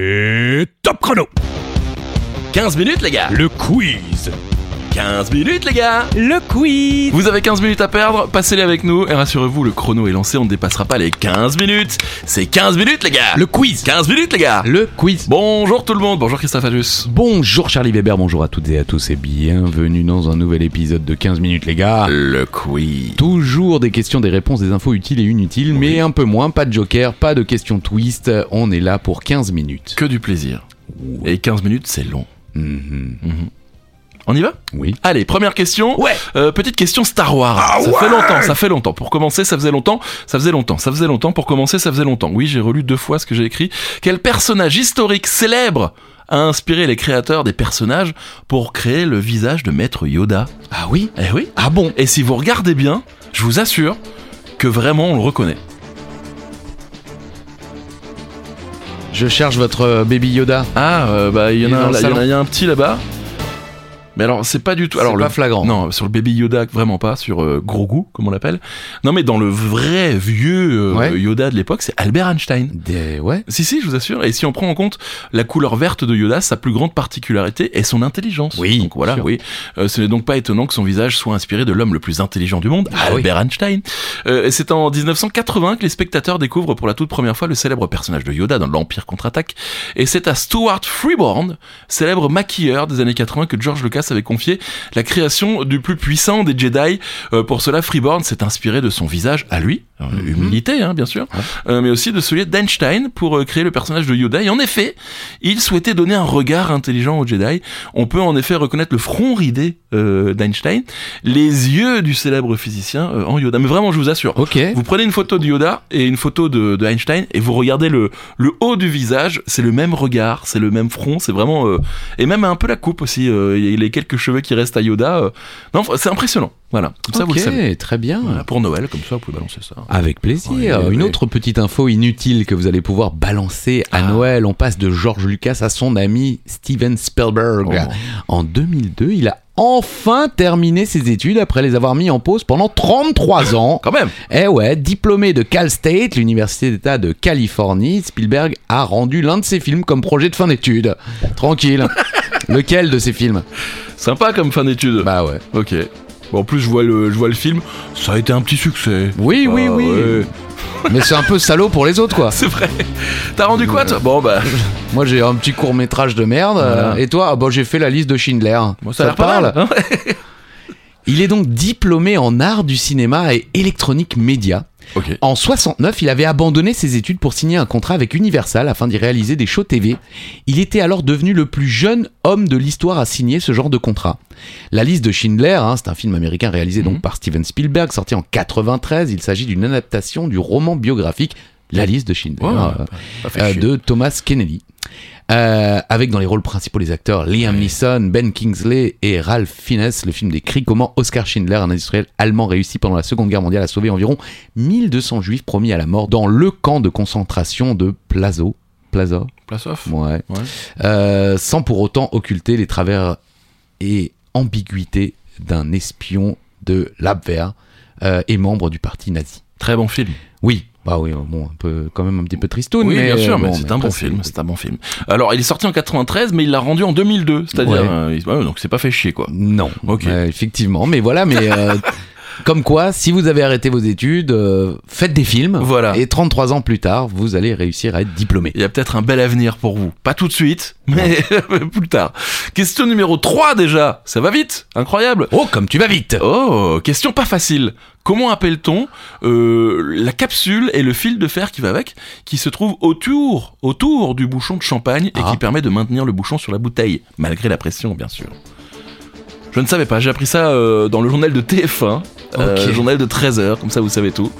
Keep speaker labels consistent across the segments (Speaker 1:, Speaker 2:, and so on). Speaker 1: Et top chrono
Speaker 2: 15 minutes, les gars
Speaker 1: Le quiz
Speaker 2: 15 minutes, les gars
Speaker 3: Le quiz
Speaker 2: Vous avez 15 minutes à perdre, passez-les avec nous et rassurez-vous, le chrono est lancé, on ne dépassera pas les 15 minutes. C'est 15 minutes, les gars
Speaker 3: Le quiz
Speaker 2: 15 minutes, les gars
Speaker 3: Le quiz
Speaker 2: Bonjour tout le monde, bonjour Christophe Adus.
Speaker 3: Bonjour Charlie Weber, bonjour à toutes et à tous et bienvenue dans un nouvel épisode de 15 minutes les gars.
Speaker 2: Le quiz.
Speaker 3: Toujours des questions, des réponses, des infos utiles et inutiles, mais un peu moins, pas de joker, pas de questions twist, on est là pour 15 minutes.
Speaker 2: Que du plaisir. Et 15 minutes, c'est long.
Speaker 3: Mhm.
Speaker 2: On y va
Speaker 3: Oui. Ah
Speaker 2: Allez, première question.
Speaker 3: Ouais.
Speaker 2: Euh, petite question Star Wars. ça fait longtemps, ça fait longtemps. Pour commencer, ça faisait longtemps, ça faisait longtemps, ça faisait longtemps. Pour commencer, ça faisait longtemps. Oui, j'ai relu deux fois ce que j'ai écrit. Quel personnage historique célèbre a inspiré les créateurs des personnages pour créer le visage de Maître Yoda
Speaker 3: Ah oui
Speaker 2: Eh oui.
Speaker 3: Ah bon
Speaker 2: Et si vous regardez bien, je vous assure que vraiment on le reconnaît.
Speaker 3: Je cherche votre euh, baby Yoda.
Speaker 2: Ah, euh, bah il y en
Speaker 3: Il est
Speaker 2: a,
Speaker 3: dans le
Speaker 2: un là, il y en a-
Speaker 3: salon.
Speaker 2: il y en a un petit là-bas. Mais alors, c'est pas du tout.
Speaker 3: C'est
Speaker 2: Alors,
Speaker 3: pas flagrant.
Speaker 2: Non, sur le baby Yoda, vraiment pas. Sur euh, Grogu, comme on l'appelle. Non, mais dans le vrai vieux euh,
Speaker 3: Ouais.
Speaker 2: Yoda de l'époque, c'est Albert Einstein.
Speaker 3: Des... Ouais.
Speaker 2: Si, si, je vous assure. Et si on prend en compte la couleur verte de Yoda, sa plus grande particularité est son intelligence.
Speaker 3: Oui,
Speaker 2: Donc voilà,
Speaker 3: sûr.
Speaker 2: oui. Euh, ce n'est donc pas étonnant que son visage soit inspiré de l'homme le plus intelligent du monde,
Speaker 3: Ah oui.
Speaker 2: Albert Einstein. Euh, et c'est en 1980 que les spectateurs découvrent pour la toute première fois le célèbre personnage de Yoda dans l'Empire contre-attaque. Et c'est à Stuart Freeborn, célèbre maquilleur des années 80, que George Lucas avait confié la création du plus puissant des Jedi. Euh, pour cela, Freeborn s'est inspiré de son visage à lui, euh, humilité, hein, bien sûr, euh, mais aussi de celui d'Einstein pour euh, créer le personnage de Yoda. Et en effet, il souhaitait donner un regard intelligent au Jedi. On peut en effet reconnaître le front ridé euh, d'Einstein, les yeux du célèbre physicien euh, en Yoda. Mais vraiment, je vous assure.
Speaker 3: Ok.
Speaker 2: Vous prenez une photo de Yoda et une photo de, de Einstein et vous regardez le, le haut du visage, c'est le même regard, c'est le même front, c'est vraiment... euh, et même un peu la coupe aussi, euh, il y a les quelques cheveux qui restent à Yoda. euh. non, enfin, c'est impressionnant. Voilà, comme ça vous le
Speaker 3: Ok,
Speaker 2: savez.
Speaker 3: très bien.
Speaker 2: Voilà, pour Noël, comme ça, vous pouvez balancer ça.
Speaker 3: Avec plaisir.
Speaker 2: Ouais,
Speaker 3: Une
Speaker 2: ouais.
Speaker 3: autre petite info inutile que vous allez pouvoir balancer à
Speaker 2: Ah.
Speaker 3: Noël. On passe de George Lucas à son ami Steven Spielberg.
Speaker 2: Oh.
Speaker 3: En 2002, il a enfin terminé ses études après les avoir mis en pause pendant 33 ans.
Speaker 2: Quand même
Speaker 3: Eh ouais, diplômé de Cal State, l'université d'État de Californie, Spielberg a rendu l'un de ses films comme projet de fin d'études. Tranquille. Lequel de ses films
Speaker 2: Sympa comme fin d'études.
Speaker 3: Bah ouais.
Speaker 2: Ok. Bon, en plus, je vois, le, je vois le film. Ça a été un petit succès.
Speaker 3: Oui,
Speaker 2: Ah,
Speaker 3: oui, oui.
Speaker 2: ouais.
Speaker 3: Mais c'est un peu salaud pour les autres, quoi.
Speaker 2: C'est vrai. T'as rendu quoi, toi Bon, bah.
Speaker 3: Moi j'ai un petit court métrage de merde. euh,
Speaker 2: Voilà.
Speaker 3: et toi, ah bah, j'ai fait la liste de Schindler.
Speaker 2: bon,
Speaker 3: te
Speaker 2: a l'air pas mal, hein
Speaker 3: Il est donc diplômé en art du cinéma et électronique média.
Speaker 2: ok.
Speaker 3: En 69, il avait abandonné ses études pour signer un contrat avec Universal afin d'y réaliser des shows TV. Il était alors devenu le plus jeune homme de l'histoire à signer ce genre de contrat. La liste de Schindler, hein, c'est un film américain réalisé donc
Speaker 2: Mhm.
Speaker 3: par Steven Spielberg, sorti en 93. Il s'agit d'une adaptation du roman biographique La liste de Schindler.
Speaker 2: Ouais,
Speaker 3: euh,
Speaker 2: Pas fait
Speaker 3: euh,
Speaker 2: chier.
Speaker 3: de Thomas Kennedy. Euh, avec dans les rôles principaux les acteurs Liam Neeson, Ben Kingsley et Ralph Fiennes, le film décrit comment Oskar Schindler, un industriel allemand réussi pendant la Seconde Guerre mondiale, a sauvé environ 1200 juifs promis à la mort dans le camp de concentration de Plazo. Plaza,
Speaker 2: Place off.
Speaker 3: ouais.
Speaker 2: Ouais.
Speaker 3: Euh, sans pour autant occulter les travers et ambiguïtés d'un espion de l'Abwehr euh, et membre du parti nazi.
Speaker 2: Très bon film.
Speaker 3: Oui, bah oui, bon, un peu, quand même un petit peu tristoun.
Speaker 2: Oui,
Speaker 3: mais
Speaker 2: bien
Speaker 3: euh,
Speaker 2: sûr, mais
Speaker 3: bon,
Speaker 2: c'est un
Speaker 3: après,
Speaker 2: bon film. C'est un bon film. Alors, il est sorti en 93, mais il l'a rendu en 2002. C'est-à-dire,
Speaker 3: Ouais.
Speaker 2: euh, il- ouais, donc c'est pas fait chier, quoi.
Speaker 3: Non.
Speaker 2: Ok.
Speaker 3: Euh, effectivement, mais voilà, mais euh, comme quoi, si vous avez arrêté vos études, euh, faites des films.
Speaker 2: Voilà.
Speaker 3: Et 33 ans plus tard, vous allez réussir à être diplômé.
Speaker 2: Il y a peut-être un bel avenir pour vous. Pas tout de suite, mais plus tard. Question numéro 3 déjà. Ça va vite. Incroyable.
Speaker 3: Oh, comme tu vas vite
Speaker 2: Oh, question pas facile. Comment appelle-t-on euh, la capsule et le fil de fer qui va avec, qui se trouve autour, autour du bouchon de champagne et
Speaker 3: Ah.
Speaker 2: qui permet de maintenir le bouchon sur la bouteille, malgré la pression, bien sûr. Je ne savais pas, j'ai appris ça euh, dans le journal de TF1, euh,
Speaker 3: Ok.
Speaker 2: journal de 13h, comme ça vous savez tout.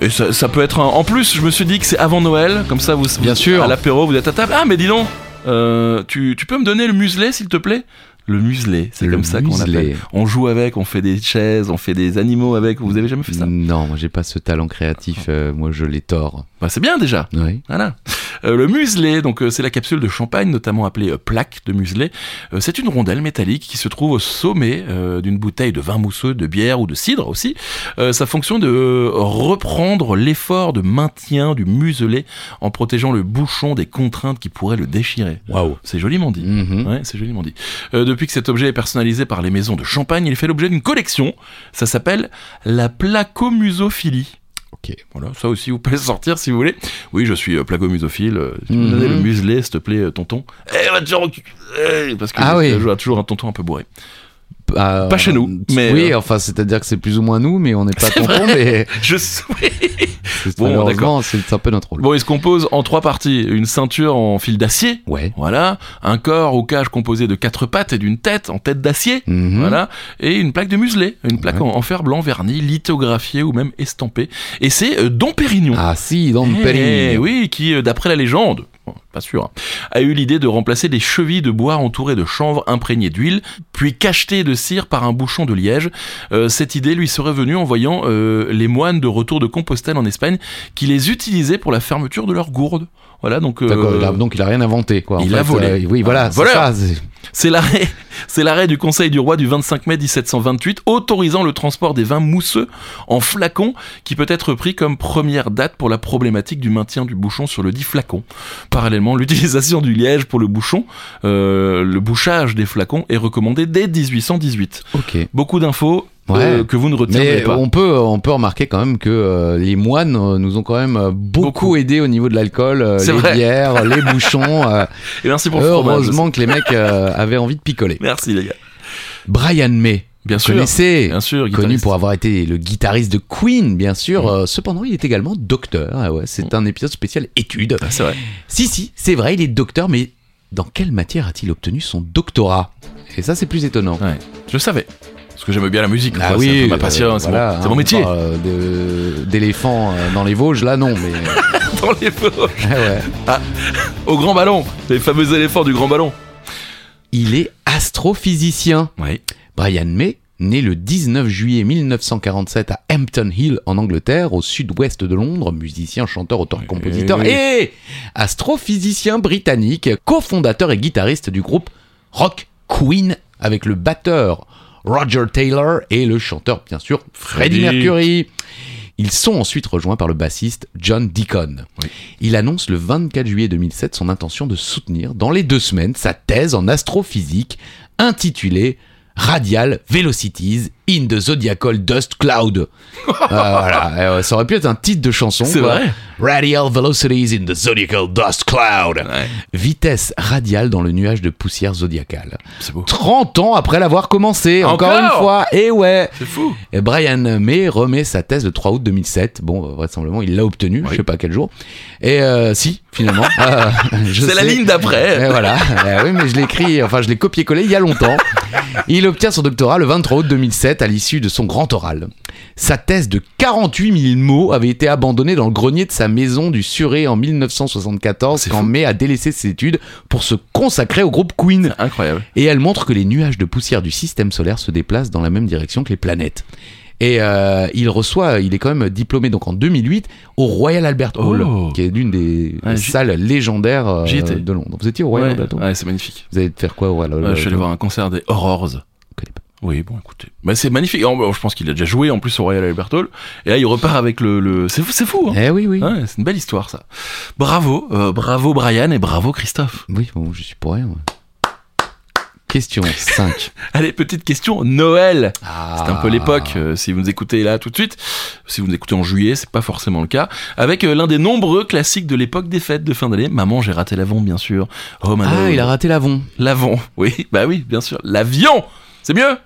Speaker 2: Et ça, ça peut être un... En plus, je me suis dit que c'est avant Noël, comme ça vous...
Speaker 3: Bien sûr.
Speaker 2: À l'apéro, vous êtes à table. Ah, mais dis donc, euh, tu, tu peux me donner le muselet, s'il te plaît Le muselet, c'est
Speaker 3: Le
Speaker 2: comme ça qu'on
Speaker 3: muselet.
Speaker 2: l'appelle. On joue avec, on fait des chaises, on fait des animaux avec. Vous avez
Speaker 3: Mm.
Speaker 2: jamais fait ça
Speaker 3: Non, moi j'ai pas ce talent créatif, euh, moi je les tords.
Speaker 2: bah, C'est bien déjà.
Speaker 3: Oui.
Speaker 2: Voilà. Euh, le muselet, donc euh, c'est la capsule de champagne, notamment appelée euh, plaque de muselet. Euh, c'est une rondelle métallique qui se trouve au sommet euh, d'une bouteille de vin mousseux, de bière ou de cidre aussi. Euh, sa fonction de euh, reprendre l'effort de maintien du muselet en protégeant le bouchon des contraintes qui pourraient le déchirer.
Speaker 3: Waouh.
Speaker 2: C'est joliment dit.
Speaker 3: Mhm.
Speaker 2: Ouais, c'est joliment dit. Euh, depuis que cet objet est personnalisé par les maisons de champagne, il fait l'objet d'une collection. Ça s'appelle la placomusophilie.
Speaker 3: Ok.
Speaker 2: Voilà, ça aussi vous pouvez le sortir si vous voulez. Oui, je suis euh, placomusophile. euh, si tu
Speaker 3: Mhm.
Speaker 2: me donnais le muselet, s'il te plaît, euh, tonton. Eh, va te faire encu- eh, Parce que
Speaker 3: Ah
Speaker 2: je-
Speaker 3: oui.
Speaker 2: je vois toujours un tonton un peu bourré.
Speaker 3: Bah,
Speaker 2: Pas chez nous, mais,
Speaker 3: oui,
Speaker 2: euh,
Speaker 3: enfin, c'est-à-dire que c'est plus ou moins nous, mais on n'est pas content, mais
Speaker 2: Je souhaite.
Speaker 3: c'est-
Speaker 2: Bon,
Speaker 3: malheureusement, c'est un peu notre rôle.
Speaker 2: Bon, il se compose en trois parties. Une ceinture en fil d'acier.
Speaker 3: Ouais.
Speaker 2: Voilà. Un corps ou cage composé de quatre pattes et d'une tête en tête d'acier.
Speaker 3: Mhm.
Speaker 2: Voilà, et une plaque de muselet, une plaque
Speaker 3: Ouais.
Speaker 2: en, en fer blanc verni, litographiée ou même estampée. Et c'est euh, Dom Pérignon.
Speaker 3: Ah si, dans
Speaker 2: Eh,
Speaker 3: le Paris.
Speaker 2: oui, qui, euh, d'après la légende, bon, pas sûr, hein, a eu l'idée de remplacer des chevilles de bois entourées de chanvre imprégnées d'huile, puis cachetées de cire par un bouchon de liège. Euh, cette idée lui serait venue en voyant euh, les moines de retour de Compostelle en Espagne qui les utilisaient pour la fermeture de leurs gourdes. Voilà, donc. euh,
Speaker 3: D'accord, il a- donc il a rien inventé quoi. En
Speaker 2: il a
Speaker 3: fait,
Speaker 2: volé.
Speaker 3: euh, oui, voilà, c'est
Speaker 2: Voleur.
Speaker 3: ça. c'est-
Speaker 2: C'est l'arrêt, c'est l'arrêt du Conseil du roi du 25 mai 1728 autorisant le transport des vins mousseux en flacons qui peut être pris comme première date pour la problématique du maintien du bouchon sur le dit flacon. Parallèlement, l'utilisation du liège pour le bouchon, euh, le bouchage des flacons est recommandé dès 1818.
Speaker 3: Ok.
Speaker 2: Beaucoup d'infos
Speaker 3: Ouais.
Speaker 2: euh, que vous ne retiendrez
Speaker 3: Mais
Speaker 2: pas.
Speaker 3: on peut, on peut remarquer quand même que euh, les moines euh, nous ont quand même euh, beaucoup,
Speaker 2: Beaucoup.
Speaker 3: aidés au niveau de l'alcool, euh,
Speaker 2: C'est
Speaker 3: les
Speaker 2: vrai.
Speaker 3: bières, les bouchons. euh,
Speaker 2: Et merci pour le fromage.
Speaker 3: heureusement que les mecs euh, avaient envie de picoler.
Speaker 2: Merci les gars.
Speaker 3: Brian May,
Speaker 2: Bien
Speaker 3: vous
Speaker 2: sûr.
Speaker 3: connaissez
Speaker 2: Bien sûr,
Speaker 3: Connu
Speaker 2: guitariste. Mm.
Speaker 3: pour avoir été le guitariste de Queen, bien sûr. Euh, cependant, il est également docteur. Ah ouais, c'est un épisode spécial études.
Speaker 2: Ah, c'est vrai.
Speaker 3: Si, si, c'est vrai, il est docteur, mais dans quelle matière a-t-il obtenu son doctorat Et ça, c'est plus étonnant.
Speaker 2: Ouais. Je le savais. Parce que j'aime bien la musique. quoi. c'est un peu ma
Speaker 3: euh,
Speaker 2: passion, c'est
Speaker 3: voilà,
Speaker 2: mon-
Speaker 3: hein,
Speaker 2: c'est mon
Speaker 3: on
Speaker 2: métier.
Speaker 3: parle, euh, de- D'éléphants euh, dans les Vosges, là non, mais
Speaker 2: Dans les pauvres.
Speaker 3: Ah ouais.
Speaker 2: Au grand ballon, les fameux éléphants du grand ballon.
Speaker 3: il est astrophysicien.
Speaker 2: Oui.
Speaker 3: Brian May, né le 19 juillet 1947 à Hampton Hill en Angleterre, au sud-ouest de Londres, musicien, chanteur, auteur, compositeur et astrophysicien britannique, cofondateur et guitariste du groupe Rock Queen avec le batteur Roger Taylor et le chanteur bien sûr Freddie
Speaker 2: Freddie.
Speaker 3: Mercury. Ils sont ensuite rejoints par le bassiste John Deacon.
Speaker 2: Oui.
Speaker 3: Il annonce le 24 juillet 2007 son intention de soutenir dans les deux semaines sa thèse en astrophysique intitulée Radial Velocities in the Zodiacal Dust Cloud. Euh, voilà, euh, ça aurait pu être un titre de chanson.
Speaker 2: C'est
Speaker 3: quoi.
Speaker 2: vrai.
Speaker 3: Radial Velocities in the Zodiacal Dust Cloud. Vitesse radiale dans le nuage de poussière zodiacale.
Speaker 2: C'est beau.
Speaker 3: 30 ans après l'avoir commencé, encore,
Speaker 2: Encore
Speaker 3: une fois. Et ouais.
Speaker 2: C'est fou.
Speaker 3: Et Brian May remet sa thèse le 3 août 2007. Bon, euh, vraisemblablement, il l'a obtenue, je
Speaker 2: Oui.
Speaker 3: sais pas quel jour. Et euh, si, finalement. Euh, je
Speaker 2: C'est la
Speaker 3: sais.
Speaker 2: ligne d'après.
Speaker 3: Et voilà. Eh oui, mais je l'ai écrit, enfin, je l'ai copié-collé il y a longtemps. Il obtient son doctorat le 23 août 2007 à l'issue de son grand oral. Sa thèse de 48 000 mots avait été abandonnée dans le grenier de sa maison du Surrey en 1974
Speaker 2: C'est
Speaker 3: quand
Speaker 2: fou.
Speaker 3: May a délaissé ses études pour se consacrer au groupe Queen
Speaker 2: Incroyable.
Speaker 3: et elle montre que les nuages de poussière du système solaire se déplacent dans la même direction que les planètes. Et euh, il reçoit, il est quand même diplômé donc en 2008 au Royal Albert Hall,
Speaker 2: Oh.
Speaker 3: qui est l'une des
Speaker 2: Ouais, j'y-
Speaker 3: salles légendaires euh,
Speaker 2: j'y étais.
Speaker 3: de Londres. Vous étiez au Royal
Speaker 2: ouais,
Speaker 3: Albert Hall
Speaker 2: ouais, c'est magnifique.
Speaker 3: Vous allez faire quoi au Royal
Speaker 2: Ouais,
Speaker 3: Albert
Speaker 2: je suis allé
Speaker 3: Hall
Speaker 2: voir un concert des Horrors.
Speaker 3: Euh, connais pas.
Speaker 2: Oui, bon, écoutez. Bah, c'est magnifique. Oh, bah, je pense qu'il a déjà joué en plus au Royal Albert Hall. Et là, il repart avec le. le... C'est fou, c'est fou. hein.
Speaker 3: Eh oui, oui.
Speaker 2: Ouais, c'est une belle histoire, ça. Bravo, euh, bravo Brian et bravo Christophe.
Speaker 3: oui, bon, je suis pour rien. moi. Question 5.
Speaker 2: Allez, petite question. Noël.
Speaker 3: Ah.
Speaker 2: C'est un peu l'époque. euh, si vous nous écoutez là tout de suite, si vous nous écoutez en juillet, c'est pas forcément le cas. Avec euh, l'un des nombreux classiques de l'époque des fêtes de fin d'année. Maman, j'ai raté l'avon, bien sûr. Home and
Speaker 3: Ah,
Speaker 2: Alone.
Speaker 3: il a raté l'avon.
Speaker 2: L'avon, oui, bah oui, bien sûr. L'avion, c'est mieux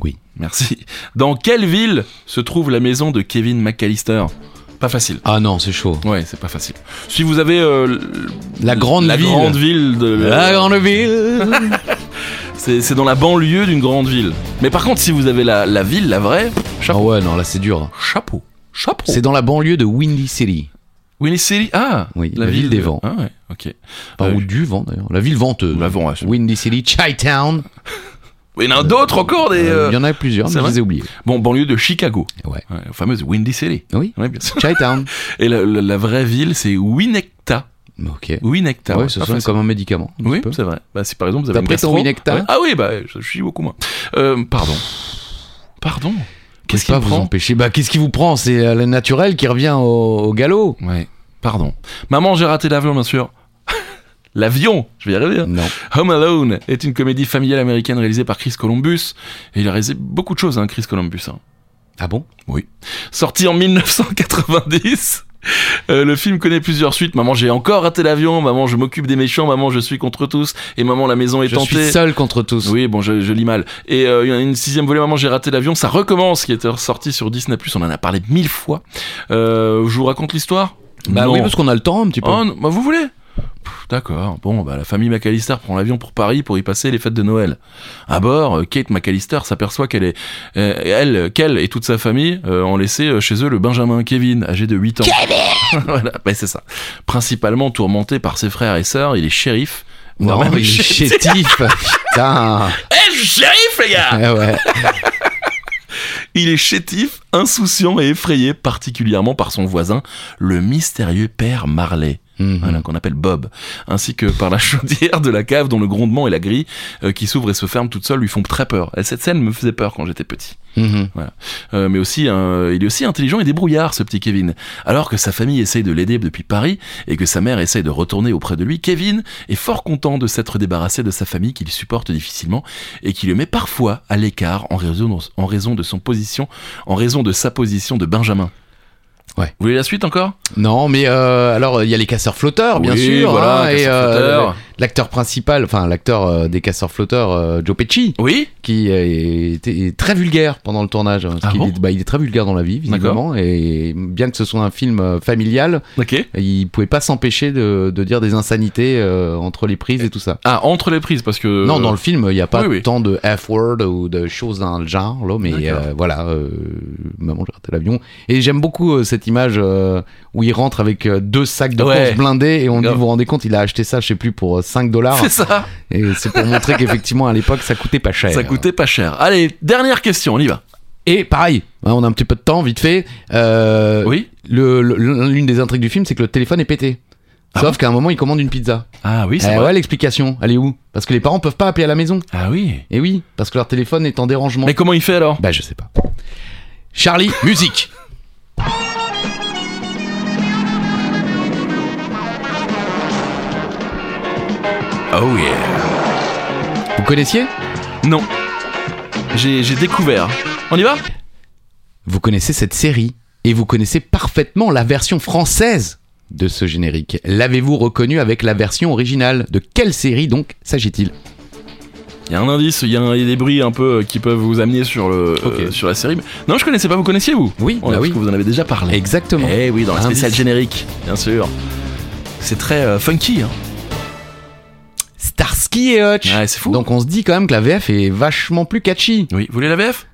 Speaker 3: Oui.
Speaker 2: Merci. Dans quelle ville se trouve la maison de Kevin McAllister Pas facile.
Speaker 3: Ah non, c'est chaud.
Speaker 2: Ouais, c'est pas facile. Si vous avez euh, l-
Speaker 3: La grande
Speaker 2: la
Speaker 3: ville.
Speaker 2: grande ville de euh,
Speaker 3: La grande ville.
Speaker 2: c'est c'est dans la banlieue d'une grande ville. Mais par contre, si vous avez la, la ville, la vraie,
Speaker 3: ah
Speaker 2: chapeau,
Speaker 3: ouais, non, là c'est dur.
Speaker 2: chapeau, chapeau.
Speaker 3: C'est dans la banlieue de Windy City.
Speaker 2: Winnie City. Ah,
Speaker 3: Oui, la ville des
Speaker 2: de-
Speaker 3: vents.
Speaker 2: Ah ouais, ok.
Speaker 3: Enfin,
Speaker 2: Euh,
Speaker 3: ou du vent d'ailleurs. La ville venteuse.
Speaker 2: La vent, ouais, c'est-
Speaker 3: Windy City, Chi-Town.
Speaker 2: Il y en a d'autres encore des.
Speaker 3: Il
Speaker 2: euh,
Speaker 3: y en a plusieurs, mais
Speaker 2: c'est
Speaker 3: je
Speaker 2: vrai
Speaker 3: les ai oubliés.
Speaker 2: Bon, banlieue de Chicago.
Speaker 3: Ouais.
Speaker 2: la fameuse Windy City.
Speaker 3: Oui.
Speaker 2: Ouais, bien sûr.
Speaker 3: Chi-Town.
Speaker 2: Et la, la- la vraie ville, c'est Winnetka.
Speaker 3: Ok.
Speaker 2: Oui, nectar.
Speaker 3: ouais, ça
Speaker 2: Pas
Speaker 3: sonne
Speaker 2: facile.
Speaker 3: comme un médicament. un
Speaker 2: Oui,
Speaker 3: petit peu.
Speaker 2: c'est vrai. Bah, si par exemple vous avez
Speaker 3: T'as
Speaker 2: une
Speaker 3: pris ton
Speaker 2: gastro-
Speaker 3: Winecta
Speaker 2: Ouais. Ah oui, bah je suis beaucoup moins. Euh, pardon. Pardon. Qu'est-ce
Speaker 3: Faut
Speaker 2: qu'il
Speaker 3: pas
Speaker 2: me
Speaker 3: vous
Speaker 2: prend
Speaker 3: empêcher Bah, qu'est-ce qui vous prend C'est euh, le naturel qui revient au, au galop.
Speaker 2: Ouais. Pardon. Maman, j'ai raté l'avion, bien sûr. l'avion, je vais y arriver. hein.
Speaker 3: Non.
Speaker 2: Home Alone est une comédie familiale américaine réalisée par Chris Columbus. Et il a réalisé beaucoup de choses, hein, Chris Columbus. hein.
Speaker 3: Ah bon
Speaker 2: Sorti en 1990. euh, le film connaît plusieurs suites. Maman, j'ai encore raté l'avion. Maman, je m'occupe des méchants. Maman, je suis contre tous. Et maman, la maison est
Speaker 3: Je
Speaker 2: tentée.
Speaker 3: suis seul contre tous.
Speaker 2: Oui, bon, je, je lis mal. Et euh, il y en a une sixième volet, Maman, j'ai raté l'avion, ça recommence, qui était ressorti sur Disney+, on en a parlé mille fois. Euh, je vous raconte l'histoire
Speaker 3: Bah
Speaker 2: Non.
Speaker 3: oui, parce qu'on a le temps un petit peu.
Speaker 2: Oh, non, bah, vous voulez Pff, D'accord, bon, bah, la famille McAllister prend l'avion pour Paris pour y passer les fêtes de Noël. À bord, euh, Kate McAllister s'aperçoit qu'elle est, euh, elle, euh, qu'elle et toute sa famille euh, ont laissé euh, chez eux le Benjamin Kevin, âgé de 8 ans. Kevin Voilà, bah, c'est ça. Principalement tourmenté par ses frères et sœurs, il est shérif.
Speaker 3: non,
Speaker 2: voire même
Speaker 3: il est chétif. Putain.
Speaker 2: Eh, je suis shérif, les gars
Speaker 3: Eh ouais.
Speaker 2: Il est chétif, insouciant et effrayé particulièrement par son voisin, le mystérieux père Marley,
Speaker 3: Mhm.
Speaker 2: voilà, Hein, qu'on appelle Bob, ainsi que par la chaudière de la cave dont le grondement et la grille euh, qui s'ouvre et se ferme toute seule lui font très peur. Et cette scène me faisait peur quand j'étais petit.
Speaker 3: Mhm.
Speaker 2: Euh, mais aussi, euh, il est aussi intelligent et débrouillard, ce petit Kevin. Alors que sa famille essaye de l'aider depuis Paris et que sa mère essaye de retourner auprès de lui, Kevin est fort content de s'être débarrassé de sa famille qu'il supporte difficilement et qui le met parfois à l'écart en raison, en raison de son position, en raison de sa position de Benjamin.
Speaker 3: Ouais.
Speaker 2: Vous voulez la suite encore
Speaker 3: Non, mais euh, alors il y a les casseurs flotteurs, Oh, bien
Speaker 2: Oui,
Speaker 3: sûr,
Speaker 2: voilà,
Speaker 3: hein, et
Speaker 2: casseurs-flotteurs.
Speaker 3: l'acteur principal, enfin l'acteur euh, des casseurs flotteurs, euh, Joe Pesci,
Speaker 2: Oui
Speaker 3: qui euh, était est très vulgaire pendant le tournage. hein, parce
Speaker 2: Ah
Speaker 3: qu'il
Speaker 2: bon
Speaker 3: est, bah, il est très vulgaire dans la vie, visiblement, et bien que ce soit un film euh, familial,
Speaker 2: Ok.
Speaker 3: il pouvait pas s'empêcher de, de dire des insanités euh, entre les prises et tout ça.
Speaker 2: Ah, entre les prises, parce que...
Speaker 3: Non, dans le film, il n'y a pas
Speaker 2: oui, oui.
Speaker 3: tant de F-word ou de choses dans le genre, là, mais
Speaker 2: D'accord.
Speaker 3: euh, voilà, euh, maman, j'ai raté l'avion. Et j'aime beaucoup euh, cette image euh, où il rentre avec euh, deux sacs de
Speaker 2: Ouais.
Speaker 3: course blindés et on dit,
Speaker 2: Grave.
Speaker 3: vous vous rendez compte, il a acheté ça, je sais plus, pour euh, 5 dollars.
Speaker 2: C'est ça,
Speaker 3: Et c'est pour montrer qu'effectivement, à l'époque, ça coûtait pas cher.
Speaker 2: ça coûtait pas cher. Allez, dernière question, on y va.
Speaker 3: Et pareil, hein, on a un petit peu de temps, vite fait. Euh,
Speaker 2: Oui
Speaker 3: le- le- L'une des intrigues du film, c'est que le téléphone est pété.
Speaker 2: Ah
Speaker 3: Sauf qu'à un moment, il commande une pizza.
Speaker 2: Ah oui, c'est
Speaker 3: Eh
Speaker 2: vrai.
Speaker 3: ouais, l'explication, elle est où Parce que les parents peuvent pas appeler à la maison.
Speaker 2: Ah oui.
Speaker 3: Et oui, parce que leur téléphone est en dérangement.
Speaker 2: Mais comment il fait alors
Speaker 3: Bah je sais pas. Charlie, musique.
Speaker 2: Oh yeah
Speaker 3: Vous connaissiez
Speaker 2: Non. J'ai j'ai découvert. On y va
Speaker 3: Vous connaissez cette série et vous connaissez parfaitement la version française de ce générique. L'avez-vous reconnu avec la version originale De quelle série donc s'agit-il
Speaker 2: Il y a un indice, il y, a un- il y a des bruits un peu euh, qui peuvent vous amener sur, le, euh,
Speaker 3: Ok.
Speaker 2: sur la série. Mais- Non, je connaissais pas, vous connaissiez vous
Speaker 3: Oui,
Speaker 2: On
Speaker 3: bah
Speaker 2: a-
Speaker 3: oui.
Speaker 2: Parce que vous en avez déjà parlé.
Speaker 3: Exactement.
Speaker 2: Eh oui, dans la
Speaker 3: Indice.
Speaker 2: spéciale générique, bien sûr. C'est très euh, funky. Hein.
Speaker 3: Starsky et Hutch.
Speaker 2: Ouais, c'est fou.
Speaker 3: Donc on se dit quand même que la VF est vachement plus catchy.
Speaker 2: Oui, vous voulez la VF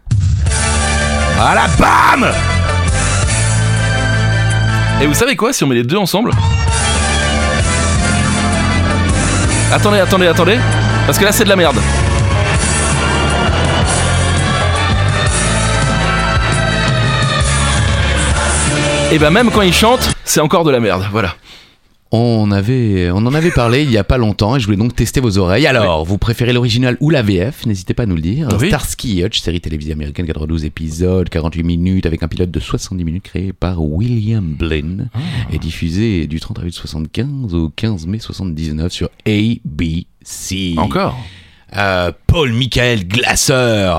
Speaker 2: Ah,
Speaker 1: À la bam
Speaker 2: Et vous savez quoi si on met les deux ensemble Attendez, attendez, attendez. Parce que là, c'est de la merde. Et bah même quand il chante, c'est encore de la merde, voilà.
Speaker 3: On, avait, on en avait parlé il y a pas longtemps et je voulais donc tester vos oreilles. Alors, vous préférez l'original ou la VF N'hésitez pas à nous le dire.
Speaker 2: Oui.
Speaker 3: Starsky et Hutch, série télévisée américaine, 92 épisodes, 48 minutes, avec un pilote de 70 minutes créé par William Blinn
Speaker 2: Ah.
Speaker 3: et diffusé du 30 avril 75 au 15 mai 79 sur ABC.
Speaker 2: Encore
Speaker 3: Euh, Paul Michael Glasser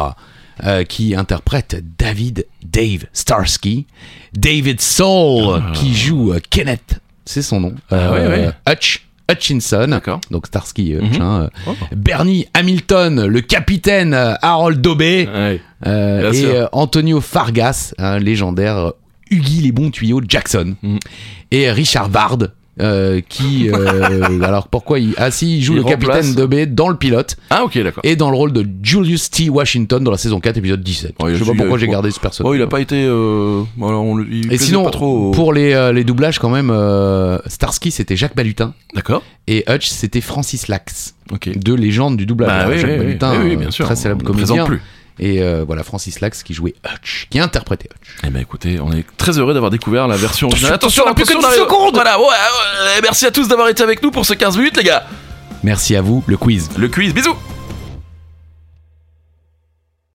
Speaker 3: euh, qui interprète David Dave Starsky, David Soul qui joue euh, Kenneth, c'est son nom, euh,
Speaker 2: Ah ouais, ouais.
Speaker 3: Hutch Hutchinson,
Speaker 2: D'accord.
Speaker 3: donc Starsky Hutch,
Speaker 2: Mhm.
Speaker 3: hein, euh,
Speaker 2: Oh.
Speaker 3: Bernie Hamilton, le capitaine euh, Harold Dobé euh,
Speaker 2: Bien
Speaker 3: et
Speaker 2: sûr.
Speaker 3: euh, Antonio Fargas, un légendaire euh, Huggy les bons tuyaux Jackson
Speaker 2: Mhm.
Speaker 3: et Richard Vard. euh, qui euh, alors pourquoi il ah si il joue
Speaker 2: Il
Speaker 3: le capitaine
Speaker 2: remplace.
Speaker 3: Dobé dans le pilote
Speaker 2: Ah ok, d'accord.
Speaker 3: et dans le rôle de Julius T. Washington dans la saison 4, épisode 17.
Speaker 2: Oh, il a
Speaker 3: je sais pas
Speaker 2: dû-
Speaker 3: pourquoi j'ai
Speaker 2: je
Speaker 3: gardé ce personnage.
Speaker 2: Oh, il a pas été... Euh... voilà, on le- il
Speaker 3: Et
Speaker 2: plaisait
Speaker 3: sinon,
Speaker 2: pas trop... au-
Speaker 3: pour les, euh, les doublages, quand même, euh, Starsky c'était Jacques Balutin
Speaker 2: D'accord,
Speaker 3: et Hutch c'était Francis Lax,
Speaker 2: ok.
Speaker 3: deux légendes du doublage.
Speaker 2: Bah
Speaker 3: Alors,
Speaker 2: oui,
Speaker 3: Jacques
Speaker 2: Bah oui, oui.
Speaker 3: Balutin,
Speaker 2: Oui, oui,
Speaker 3: euh,
Speaker 2: bien sûr.
Speaker 3: très célèbre
Speaker 2: on ne présente
Speaker 3: comédien.
Speaker 2: plus.
Speaker 3: Et euh, voilà, Francis Lax qui jouait Hutch, qui interprétait Hutch.
Speaker 2: Eh ben écoutez, on est très heureux d'avoir découvert la version originale.
Speaker 3: attention, on a plus que
Speaker 2: on arrive-
Speaker 3: 10 secondes
Speaker 2: Voilà, ouais, ouais, ouais, merci à tous d'avoir été avec nous pour ce 15 minutes, les gars.
Speaker 3: Merci à vous, le quiz.
Speaker 2: Le quiz, bisous